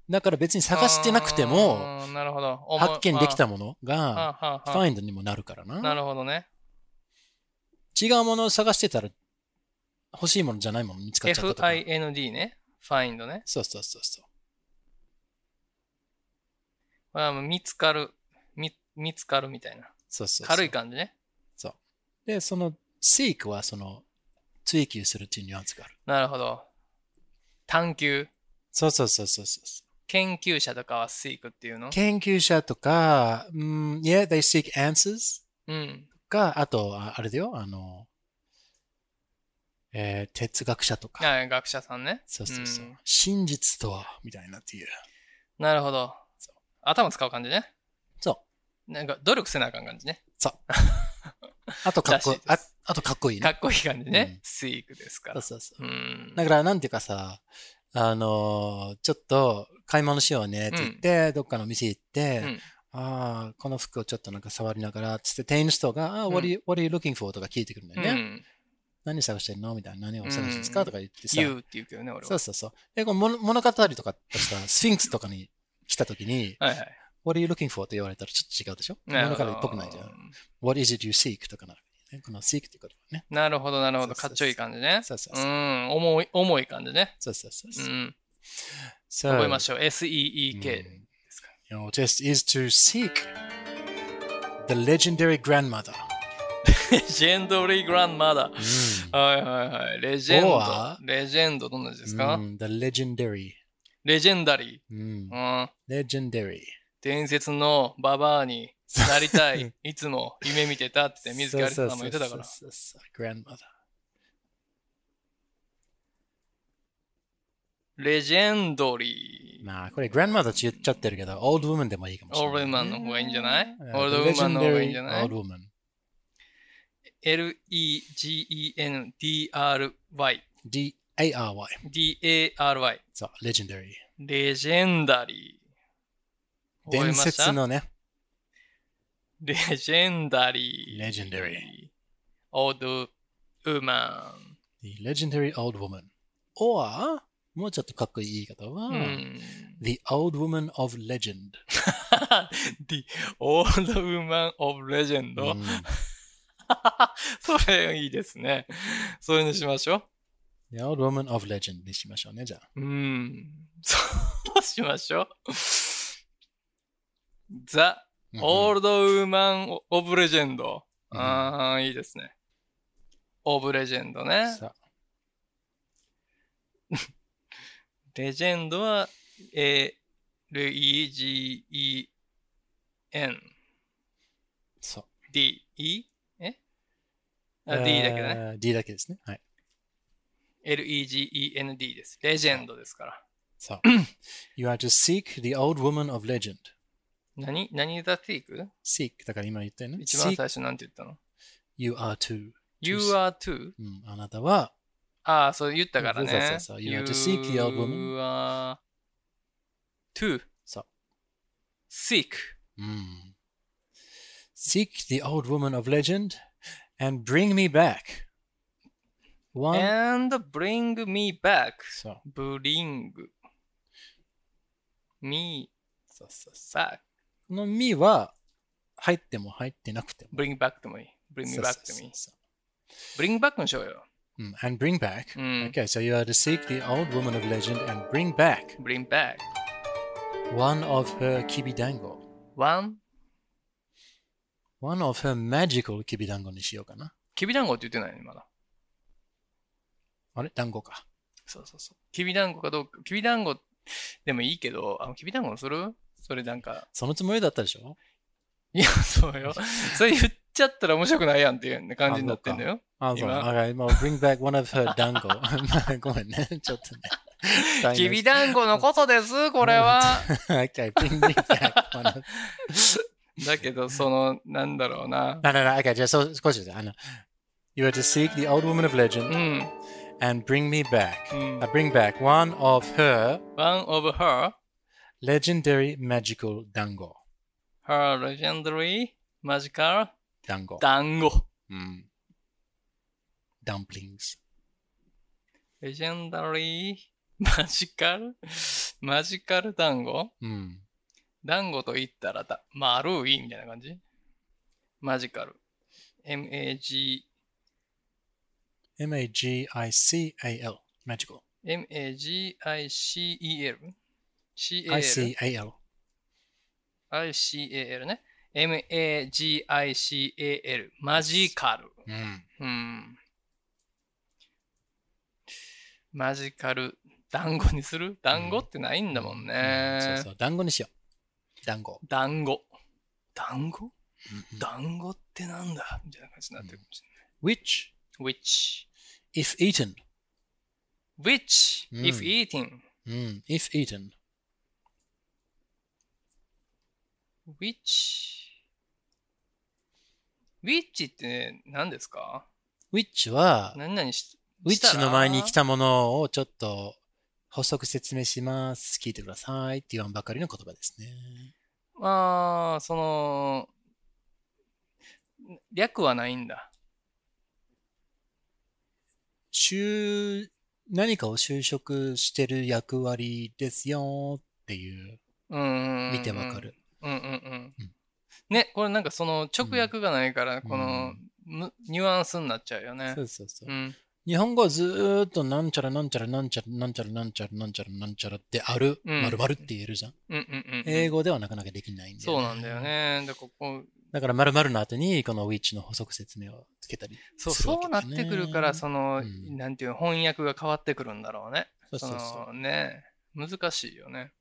B: だから別に探してなくても、
A: あー、なるほど。思い
B: 発見できたもの
A: あー
B: が
A: はあはあ
B: find にもなるから
A: なるほどね。
B: 違うものを探してたら欲しいものじゃないもの見つかっちゃったとか。
A: find ね。find ね。
B: そうそうそうそう。
A: あー見つかる。見見つかるみたいな。
B: そうそうそう
A: 軽い感じね。
B: で、その seek はその追求するっていうニュアンスがある。
A: なるほど。探求。
B: そうそうそうそうそう。
A: 研究者とかは seek っていうの
B: 研究者とか、うん、yeah, they seek answers
A: うん。
B: とか、あと、ああれだよ、あの、えー哲学者とか。
A: はい学者さんね。
B: そうそうそう。
A: うん
B: 真実とは、みたいなっていう。
A: なるほど。頭使う感じね。
B: そう。
A: なんか、努力せなあかん感じね。
B: あとかっこいい。
A: らし
B: あ
A: いです
B: あとかっこいい
A: か
B: ね。
A: っこいい感じね
B: うん。
A: seek ですか
B: そう
A: ら。
B: そうそう。
A: うん。
B: だから、なんていうかさ、あのーちょっと買い物しようねって言って、どっかの店行って、
A: うん
B: ああ、この服をちょっとなんか触りながら、つって店員の人が、ああ、
A: うん
B: what are you, what are you looking for? とか聞いてくるんだよ
A: う
B: ね。
A: ん。
B: 何探してるのみたいな。何を探してるんです
A: う
B: か
A: ん
B: とか言ってさ。
A: 言うって言うけどね、俺
B: そ
A: は
B: う。そうそう。で、この物物語とかってさ、スフィンクスとかに来た時に、
A: はいはい。
B: what are you looking for? って言われたらちょっと違うでしょ
A: なる
B: 物
A: ほ
B: 語
A: ど
B: っぽくないじゃん。What is it you seek? とかなるね。この seek ってことね。
A: なるほど、なるほど。
B: そ
A: か
B: うそうそ
A: っちょ
B: う
A: いい感じね。
B: そうそう
A: う
B: そう。
A: ん。重い、重い感じね。
B: そうそうそう
A: う
B: そう。
A: ん。
B: So,
A: 覚えましょう。seek
B: うん
A: ですか
B: Your test is to seek the legendary grandmother.
A: レジェンドリーグランマダー。
B: Mm.
A: はいはいはい。レジェン
B: お
A: ド
B: わ。
A: レジェンドどんな字ですか、
B: うん Mm, the legendary.
A: レジェンダリ
B: うん
A: ー。うん。
B: legendary.
A: 伝説のババアになりた い。いつも夢見てたって水木有沙さんも言ってたから。
B: そうそうそうそう grandmother.
A: レジェンドリー。
B: まあ、これ grandmother って言っちゃってるけど、old woman でもいいかもしれ
A: オ
B: な
A: ー
B: い。
A: ルドマンの方がいいんじゃない
B: うん
A: オールドウーマンの方がいいんじゃな
B: Uh, legendary
A: い
B: old woman.
A: ?L-E-G-E-N-D-R-Y。
B: D-A-R-Y.
A: D-A-R-Y。
B: そう、legendary.
A: レジェンダリー。覚え
B: 伝
A: ました
B: 説のね。
A: レジェンダリー。
B: Legendary
A: オールドウーマン。
B: The legendary old woman. Or, もうちょっとかっこいい言い方は、
A: うん
B: The Old Woman of Legend。
A: The Old Woman of Legend、
B: うん
A: それいいですね。それにしましょ
B: The Old Woman of Legend にしましょうね、じゃあ。
A: う。うん。そうしましょう。ザ・
B: うん
A: オールドウーマン・オブ・レジェンド。
B: うん
A: ああ、いいですね。オブ・レジェンドね。
B: さあ
A: レジェンドは、え L-E-G-E-N。
B: そう。
A: D、E? えあ ?D だけどね。
B: ね。D だけですね。はい。
A: L-E-G-E-N-D です。レジェンドですから。
B: そう。you are to seek the old woman of legend.
A: 何何だっていく
B: seek だから今言ったよね。
A: 一番
B: seek
A: 最初なんて言ったの
B: you are to. mm,
A: ?You are too?
B: うん、あなたは、
A: ああ、そう言ったから
B: そうそうそ
A: ね
B: う。そう You are to seek the old woman.
A: You are to
B: そう
A: seek.
B: うん、seek the old woman of legend and bring me back. One.
A: And bring me back.
B: そう。
A: Bring me
B: そうそうそ
A: back.
B: うこの me は入っても入ってなくても。
A: Bring back to me. Bring me
B: そう
A: back
B: そう
A: to
B: そう
A: me.
B: そう
A: Bring back にしようよ。
B: うん Mm, and bring back.
A: うん
B: Okay, so you are to seek the old woman of legend and bring back
A: Bring back.
B: one of her kibidango.
A: One.
B: One of her magical kibidango にしようかな。
A: きびだんごって言ってないね、まだ。
B: あれ団子か。
A: そうそうそう。きびだんごかどうか。きびだんごでもいいけど、あ、きびだんごにするそれなんか。
B: そのつもりだったでしょ
A: いや、そう よ。それ言っちゃったら面白くないやんっていうような感じになってんだよ。
B: あ、そう。
A: 今
B: Alright, well, bring back one of her dango. ごめんね。 ちょっとね。
A: きびだんごのこと です、これは。
B: okay, bring me back one of...
A: だけど、その、なんだろうな。
B: No, no, no. Okay, じゃあ、そう少しです。あの、You are to seek the old woman of
A: う
B: legend
A: ん。
B: and bring me back.
A: う
B: I
A: ん、
B: bring back one of her
A: one of her,
B: legendary magical dango.
A: her legendary magical
B: 団子。
A: 団子。
B: うん。dumplings.
A: legendary magical magical 団子
B: うん。
A: 団子と言ったらだ、丸いみたいな感じマジカル。mag,
B: M-A-G-I-C-A-L. magical.
A: magicel, cal,
B: I-C-A-L.
A: ical ね。magical, マジカル。
B: うん。
A: うん。マジカル、団子にする団子ってないんだもんね。
B: うんそうそう。団子にしよう。団子。
A: 団子。団子団子ってなんだみたいな感じになってるかもしれ
B: Which,
A: ない。which,
B: if eaten,
A: which,
B: うん
A: if eating,
B: うん、if eaten,
A: which, which って、ね、何ですか
B: which は、
A: 何々しした
B: which
A: ら
B: の前に来たものをちょっと補足説明します。聞いてくださいって言わんばかりの言葉ですね。
A: ああ、その、略はないんだ。
B: 就何かを就職してる役割ですよっていう、
A: うんうんうん。
B: 見てわかる。。
A: うんうんうん
B: うん。
A: ね、これなんかその直訳がないから、この、
B: うん
A: むニュアンスになっちゃうよね
B: そ。うそうそう
A: う。ん。
B: 日本語はずーっとなんちゃらなんちゃらなんちゃらなんちゃらなんちゃらなんちゃらなんちゃらってある、
A: うん
B: まるまるって言えるじゃん。
A: うんうんうんうん。
B: 英語ではなかなかできないんで、
A: そうなんだよ。ね。で、ここ、
B: だから、〇〇の後に、この which の補足説明をつけたり
A: そう、
B: するわ
A: そ
B: け
A: うな
B: だ
A: っ
B: ね
A: てくるから、その、
B: うん
A: なんていうの、翻訳が変わってくるんだろうね。
B: そうそうそう。
A: のね、難しいよね。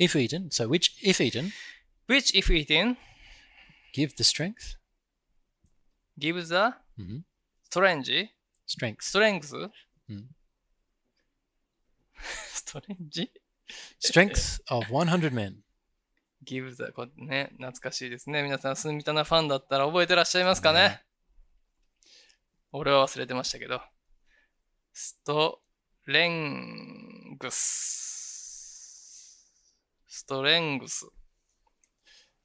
B: if eaten, so which, if eaten,
A: which if eaten
B: give the strength,
A: gives the
B: うん
A: strange
B: strength,
A: strength?
B: うん
A: strange?
B: strength of 100 men.
A: gives the こうね、懐かしいですね。皆さん、スミタナファンだったら覚えてらっしゃいますかね
B: ね
A: 俺は忘れてましたけど。ストレングス。ストレングス。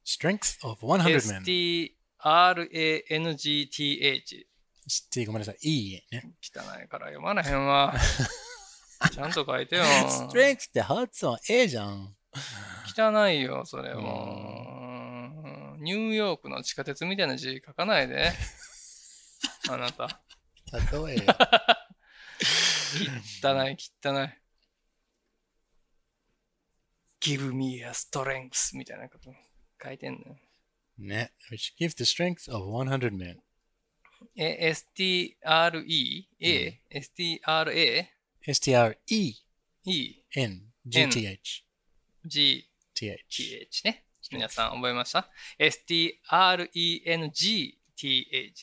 B: strength of 100 men.
A: STRANGTH。
B: ST ごめんなさい、いいね。
A: 汚いから読まれへんわ。ちゃんと書いてよ。
B: ストレングスって発音 A じゃん。
A: 汚いよ、それもう。ニューヨークの地下鉄みたいな字書かないで。あなた。
B: 例えよ。
A: 汚い、汚い。Give me a strength みたいなこと書いてんのよ。
B: ね。which gives the strength of 100 men.
A: え、STRE? A? STRA?
B: S-T-R-E-N-G-T-H.
A: E? G?
B: T-H.
A: TH ね。皆さん覚えました ?STRENGTH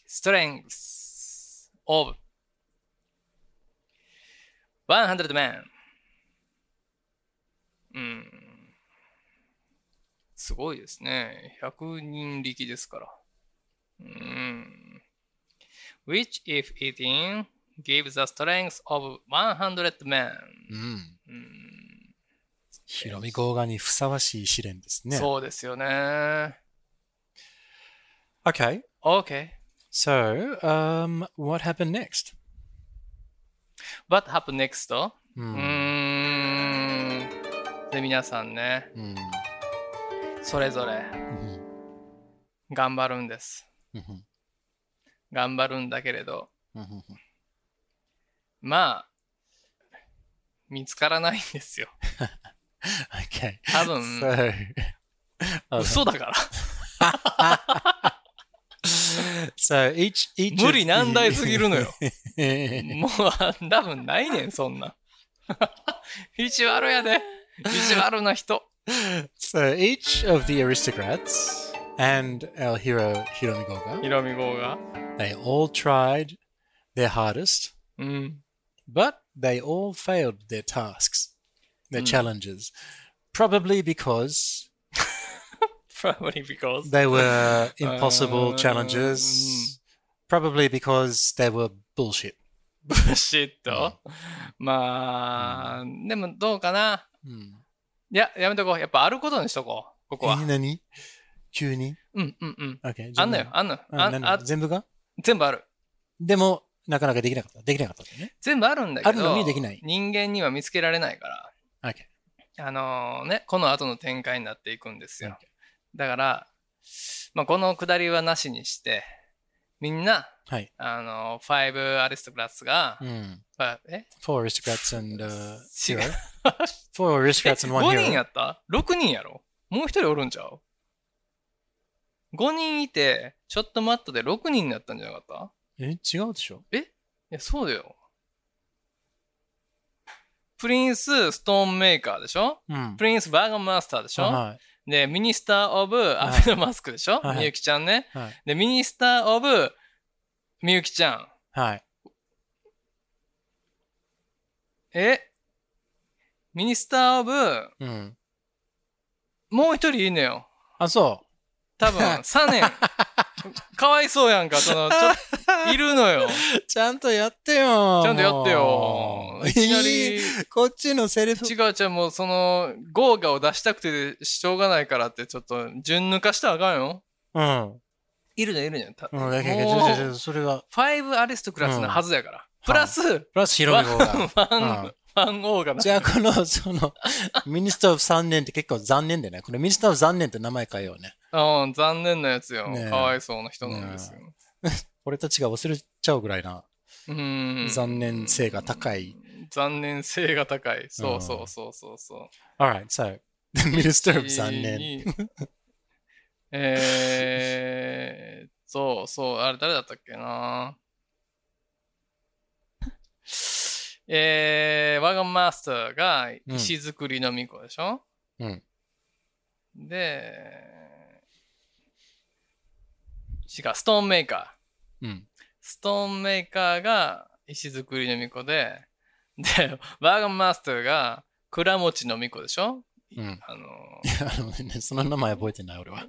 A: Strengths of 100 men うん。すごいですね。100人力ですから。うん。Which, if eaten, gives the strength of 100 men.
B: うん。
A: うん
B: ヒロミ豪華にふさわしい試練ですね。
A: そうですよね。
B: Okay.
A: Okay.
B: So, um, what happened next?
A: What happened next?
B: う
A: う。ーん。で、皆さんね、
B: うん。
A: それぞれ
B: うん
A: 頑張るんです。
B: うん
A: 頑張るんだけれど、
B: うん
A: まあ、見つからないんですよ。
B: Okay.
A: 多分、
B: So,
A: 嘘だから。
B: so each, each of
A: 無理難題すぎるのよ。
B: the-
A: もう、多分ないねん、そんなん。 意地悪やで。意地悪な人。
B: So each of the aristocrats and our hero Hiromi Goga,
A: ヒロミ号が。
B: they all tried their hardest,
A: うん。
B: but they all failed their tasks, their
A: Mm.
B: challenges, probably because
A: Probably because.
B: they were impossible
A: Uh,
B: challenges, probably because they were bullshit.
A: ブッシッと。まあ、でもどうかな。
B: Hmm.
A: いや、やめとこう。やっぱあることにしとこう。ここは。
B: 何急に
A: うんうんうん。
B: Okay,
A: あんのよ
B: 全部。
A: あんのよ。
B: うん
A: あ
B: なん
A: ん
B: だ
A: あ
B: 全部が
A: 全部ある。
B: でも、なかなかできなかった。できなかったんだよね。
A: 全部あるんだけど。
B: あるのにできない
A: 人間には見つけられないから。
B: Okay.
A: あのね、この後の展開になっていくんですよ。
B: Okay.
A: だから、まあ、この下りはなしにして、みんな、
B: はい。
A: あの、ファイブアリストクラスが、
B: うん。
A: あえ
B: Four aristocrats and uh,
A: 違
B: hero.
A: う。
B: Four
A: え
B: aristocrats and one
A: 5人
B: hero.
A: やった ?6 人やろもう1人おるんちゃう ?5 人いて、ちょっと待ったで6人になったんじゃなかった
B: え、違うでしょ
A: いや、そうだよ。プリンス・ストーンメーカーでしょ
B: うん
A: プ。リンス・バーガンマスターでしょ、
B: は
A: で、ミニスター・オブ・アベノマスクでしょ、
B: はい
A: みゆきちゃんね。
B: はい
A: で、ミニスター・オブ・みゆきちゃん。
B: い。はい。
A: えミニスター・オブ、
B: うん。
A: もう一人いいのよ。
B: あ、そ
A: 多分、3年。かわいそうやんか、その、ちょっと、いるのよ。
B: う。ちゃんとやってよ。
A: ちゃんとやってよ。いきなり、
B: いい
A: 違
B: こっちのセリフ。
A: うちゃんもうその、豪華を出したくてしょうがないからって、ちょっと、順抜かしたらあかんよ。
B: うん。
A: いるのよいるのよ。た
B: うん。だけ
A: もう
B: ど、それが。
A: ファイブアリストクラスのはずやから。プラス、
B: プラスヒロ
A: ワ
B: ミ
A: ン、
B: 号
A: ワン、
B: が。うん
A: ワン王がな。
B: じゃあ、この、その、ミニスター・オブ・残念って結構残念だよね。このミニスター・オブ・残念って名前変えようね。
A: うん、残念なやつよ。
B: ねえ
A: かわいそうな人なんですよ。
B: 俺たちが忘れちゃうぐらいな、
A: うん。
B: 残念性が高い。
A: 残念性が高い。そううんそうそうそうそう。
B: Alright, so, the minister of 残念。
A: 念。えー、そうそう、あれ誰だったっけなえー、ワゴンマスターが石造りの巫女でしょ、
B: うん
A: で、違う、ストーンメーカー。
B: うん。
A: ストーンメーカーが石造りの巫女で、で、ワゴンマスターが蔵持ちの巫女でしょ、
B: うん
A: あの
B: い、やあのね、その名前覚えてない、俺は。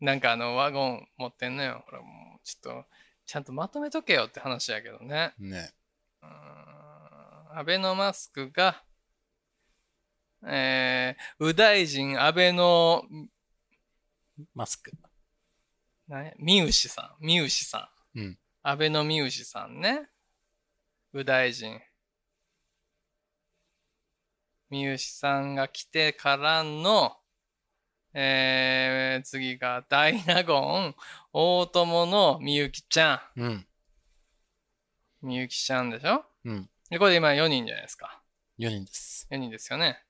A: なんかあのワゴン持ってんのよ。ほらもうちょっと、ちゃんとまとめとけよって話やけどね。
B: ね。
A: うーんアベノマスクが、えー、右大臣アベノ、
B: マスク。
A: なに三牛さん、三牛さん。
B: うん
A: 安倍の三牛さんね。右大臣。三好さんが来てからの、えー、次が大納言、大友のみゆきちゃ
B: うん。
A: ん。みゆきちゃんでしょ
B: うん。
A: で、これで今4人じゃないですか。
B: 4人です。
A: 4人ですよね。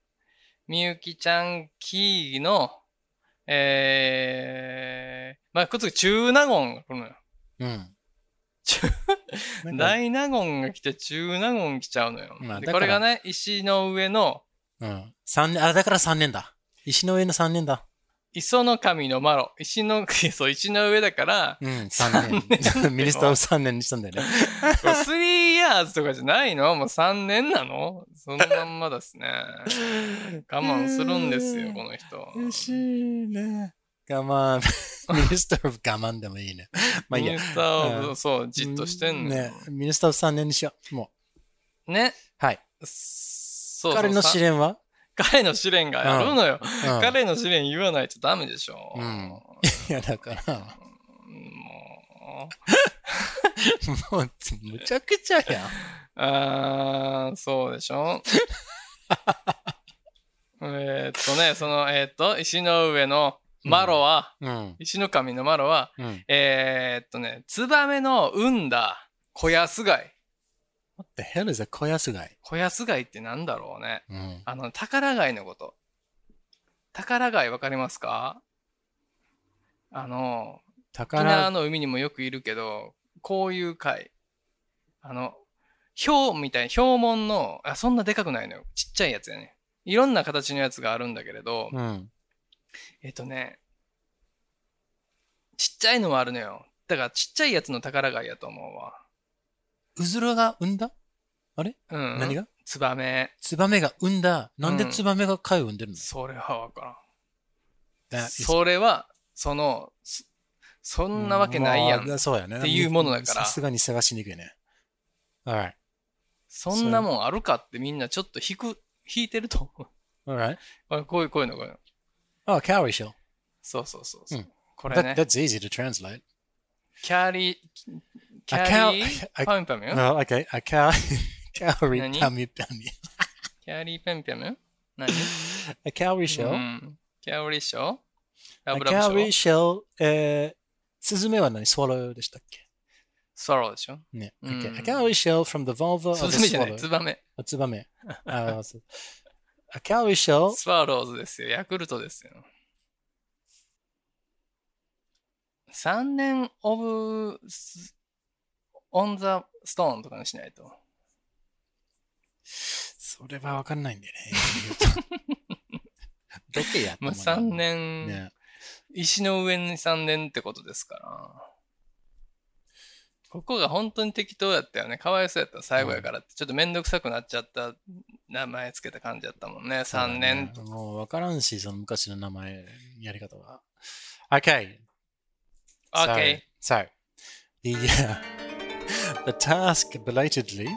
A: みゆきちゃんキーの、えー、まあ、こっち中納言が来るのよ。
B: うん。
A: 中
B: なんか
A: 大納言が来て中納言来ちゃうのよ。
B: まあ
A: で
B: だ
A: こ
B: から
A: れがね、石の上の
B: うん。三年、あ、だから3年だ。石の上の3年だ。
A: 磯の神のマロ。石の、 そう、石の上だから、
B: うん、3年。 ミニスターを3年にしたんだよね。
A: これスリーヤーズとかじゃないのもう3年なのそのまんまですね。我慢するんですよ、この人。
B: 嬉しいね。 我慢。ミニスターオブ我慢でもいいね。まあいい
A: ミニ
B: や。
A: スター
B: う
A: を、
B: ん
A: そう、じっとしてんのよ
B: ね。ミニスターオブ3年にしよう。も
A: ね。
B: はい。
A: そう
B: う。
A: そう
B: 彼の
A: さ
B: 試練は
A: 彼の試練があるのよ。
B: うん
A: 彼の試練言わないとダメでしょ。
B: うんいや、だから、
A: も
B: もう、むちゃくちゃやん。
A: う、あー、そうでしょ。えーっとね、その、えーっと、石の上のマロは、
B: うん。
A: 石の神のマロは、
B: うん。
A: えーっとね、ツバメの産んだ小安貝。
B: What the hell is a 小安貝
A: 小安貝ってなんだろうね。
B: うん。
A: あの、宝貝のこと。宝貝わかりますかあの、沖縄
B: 宝、
A: の海にもよくいるけど、こういう貝。あの、氷みたいな、氷紋の、あ、そんなでかくないのよ。ちっちゃいやつやね。いろんな形のやつがあるんだけれど、
B: うん。
A: えっとね、ちっちゃいのもあるのよ。だからちっちゃいやつの宝貝やと思うわ。
B: うずらが産んだ
A: うん。
B: 何が
A: ツバメ。
B: ツバメが産んだ。なんで
A: うん
B: ツバメが貝を産んでるの
A: それはわからん。
B: That is-
A: それは、その、そそんなわけないやん。
B: まあそうやね。
A: っていうものだから
B: さすがに探しにくいね。alright.
A: そんなもんあるかってみんなちょっと引く、引いてると思う
B: alright.
A: あ。こういう、こういうの、こういうの。
B: Oh, cowrie shell.
A: そうそうそうそう、
B: うん
A: これ
B: That,
A: ね、
B: that's easy to translate.
A: キャリー、キ
B: A
A: ャ
B: cow-
A: リー
B: a-
A: パンパム
B: No, okay. A cow, cowrie
A: 何
B: tummy tummy.
A: キャリーペンペム何
B: A cowrie
A: う
B: shell.
A: ん、キャリーショーラ
B: A
A: ブラブショー
B: cowrie shell. えースズメは何 ?swallow でしたっけ
A: スワローでしょ
B: ね。
A: うん
B: Okay. A cowrie shell from the vulva of
A: ス
B: a
A: ズメじゃない、
B: swallow.
A: ツバメ。
B: あツバメ。あーそう A cowrie shell.
A: スワローズですよ、ヤクルトですよ。3年オブ、オンザストーンとかにしないと。
B: それはわかんないんだよ ね。どけや
A: まあ3
B: ね。
A: 年、
B: ね。
A: 石の上に3年ってことですから。ここが本当に適当やったよね。かわいそうやった。最後やからって。ちょっとめんどくさくなっちゃった名前つけた感じやったもんね。3年と。
B: そうだねもう分からんし、その昔の名前、やり方は。Okay.
A: OK。
B: So, so the, uh, the task belatedly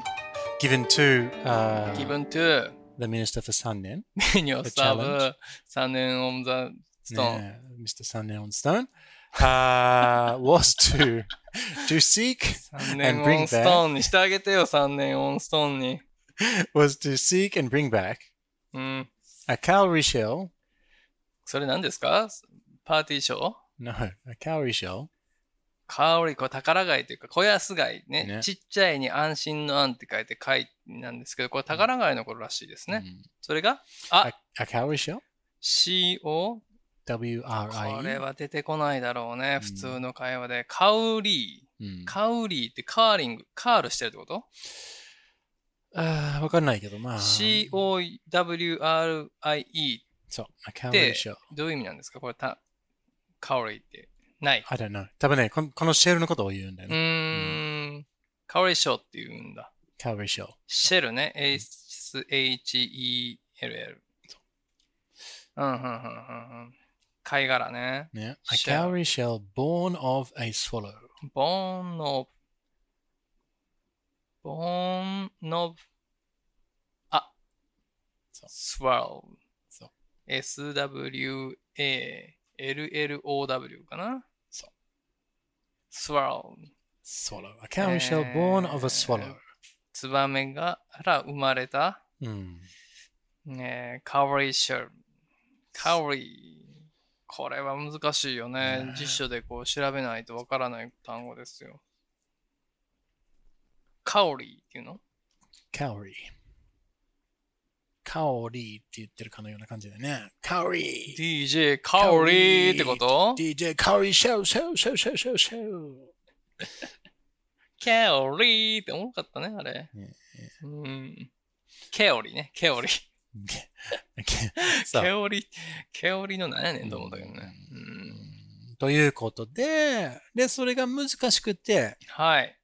B: given to uh,
A: given to
B: the minister for Sannen,
A: メニューを
B: The
A: サー
B: challenge
A: ブ3年 on the stone.
B: yeah, Mr. Sannen on Stone, uh, was to to seek
A: 3年
B: And
A: オ
B: bring
A: ンストーンにしてあげてよ、3年オンストーンに。
B: was to seek and bring back
A: うん。
B: a cowrie shell.
A: それ何ですかパーティーショー
B: No, a cowrie shell.
A: 香り、これ宝貝というか、小安貝ね。
B: ね
A: ちっちゃいに安心の安って書いて貝なんですけど、これ宝貝の頃らしいですね。
B: Mm.
A: それが、
B: A,
A: あ、
B: a cowrie shell.
A: CO?
B: W R
A: こ
B: I
A: れ
B: E.
A: は出てこないだろうね。
B: うん
A: 普通の会話で。カウリー。
B: うん
A: カウリーってカーリング、カールしてるってこと
B: あーわかんないけど、まあ。
A: ?COWRIE。
B: そう、a cowrie shell.
A: どういう意味なんですかこれ、た、カウリーって。ない。
B: I don't know. 多分ね、このこのシェルのことを言うんだよ
A: う
B: ね。
A: ーん。カウリーショーって言うんだ。
B: カウリーショー。
A: シェルね。S-H-E-L-L。うん、うん、うん、うん。うん貝殻ね。
B: ね。A
A: Shell
B: cowrie shell born of a swallow.
A: ボーンノブ。ボーンノブ。あ。
B: そう
A: スワロ
B: そう
A: SWALLOW かな
B: そう
A: スワロ
B: Swallow. A cowrie shell born of a swallow.
A: ツバメがから生まれた。
B: うん。
A: ねえ、カウリーシェル。カウリー。これは難しいよ
B: ね
A: ね
B: え。
A: 辞書でこう調べないとわからない単語ですよ。カウリーっていうの
B: カオリー。カオリーって言ってるかのような感じだね。カオリー
A: ?DJ カウリーってこと
B: !DJ カオリーショーショーショーショーショーショー。
A: ケオリーって重かったね、あれ。
B: ね
A: うん。ケオリね、ケオリ。
B: さあ
A: ケオリ、ケオリの何やねんと思ったけどね。う。
B: うんんということで、で、それが難しくて、
A: はい。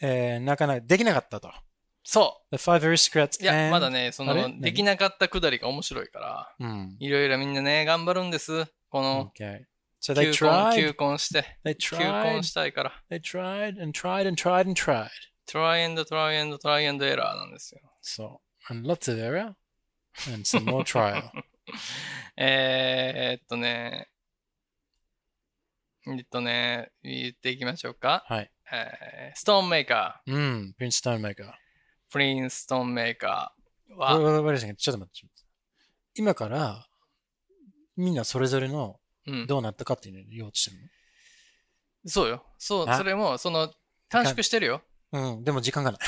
B: えーなかなかできなかったと。
A: そ
B: The Five Aristocrats
A: う。いや、
B: and-
A: まだね、そ
B: あれ
A: の、
B: 何
A: できなかったくだりが面白いから、
B: うん。
A: いろいろみんなね、頑張るんです。この、
B: Okay. So they
A: 求婚、求
B: tried,
A: 婚して、
B: they
A: 求婚
B: tried,
A: したいから、
B: they tried and tried and tried and tried.
A: try and try and try and error なんですよ。
B: So, and lots of error and some more trial.
A: えー、っとね、えっとね、言っていきましょうか。
B: はい。
A: えーストーンメーカ
B: うん、Prince Stonemaker.
A: ー、プリンストーンメーカー
B: Wait,
A: は、
B: wait, wait a second. ちょっと待ってちょっと待って。今から、みんなそれぞれの
A: うん、
B: どうなったかっていうのを言おうとしてる
A: そうよ。そう、
B: あ
A: それも、その、短縮してるよ。
B: のうん、でも 時間がな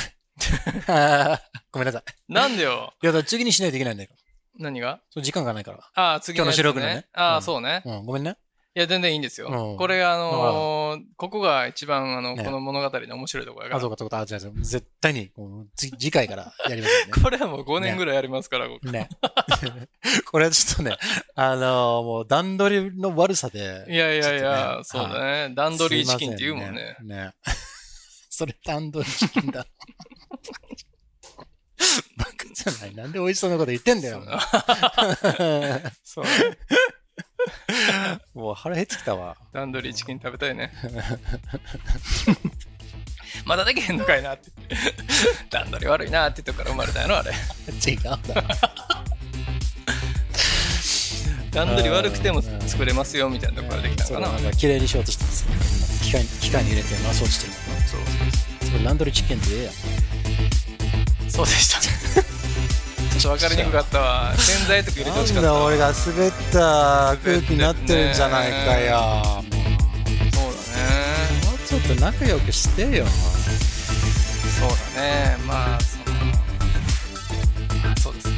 B: い。ごめんなさい。
A: なんでよ。
B: いや、だから次にしないといけないんだよ。
A: 何が
B: そう時間がないから。
A: ああ、次のやつ、ね、
B: 今日の収録のね
A: ああ、
B: うん
A: そうね。
B: うん、ごめんね。
A: いや、全然いいんです
B: う
A: よ
B: ん。
A: これ、あのーここが一番、あの、
B: ね
A: この物語の面白いところや
B: あ、
A: か
B: そうか、そうか、あ、じゃあ、じゃあ絶対に、もう次次回からやりま す
A: ら。これはもう5年ぐらいやりますから、ここ
B: よね。ね。 これはちょっとね、あのもう段取りの悪さで。
A: いやいやいや、
B: ち
A: そ
B: ょっ
A: う
B: とね
A: だね。段取りチキンって言うもんね
B: す。いませね。ね それ段取りチキンだ。 バカじゃない。なんで美味しそうなこと言ってんだよ。
A: そう。
B: もう腹減ってきた わ。
A: 段取りチキン食べた いね。まだできへんのかいなって。段取り悪いなってとこから生まれたんやろ、あれ。
B: 違うんだ。
A: 段取り悪くても作れますよみたいなところができた
B: そう
A: のか
B: な
A: な。
B: んか綺麗にしようとしてます機械に機械に入れて回そうとしてるもんな。そうそれ段取りチキンって言えや。
A: そうでした。 ちょっと分かりにくかったわ。洗剤とか入れて
B: な
A: ほしか
B: ん
A: った
B: だ
A: わ。
B: 俺が滑った空気になってるんじゃないかよ。
A: そう
B: もうちょっと仲良くしてよ。
A: だね。そうだね。まあ、その。あそうですね。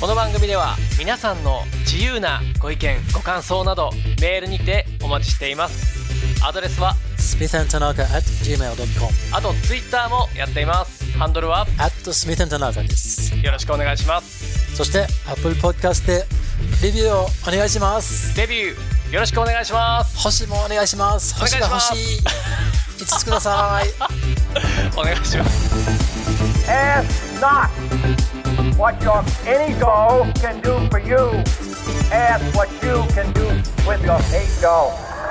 G: この番組では皆さんの自由なご意見ご感想などメールにてお待ちしていますアドレスは
B: スミ t ン n a k a gmail.com
G: あとツイッターもやっていますハンドルは
B: at smith and tanaka です。
G: よろしくお願いします
B: そして Apple Podcast でレビューをお願いします。
G: デビューよろしくお願いします
B: 星もお願いします。
G: 願い
B: 星
G: し
B: が
G: ま
B: 欲
G: す
B: しい。5つください。
G: お願いします
E: Ask not what your any doll can do for you. Ask what you can do with your hate doll.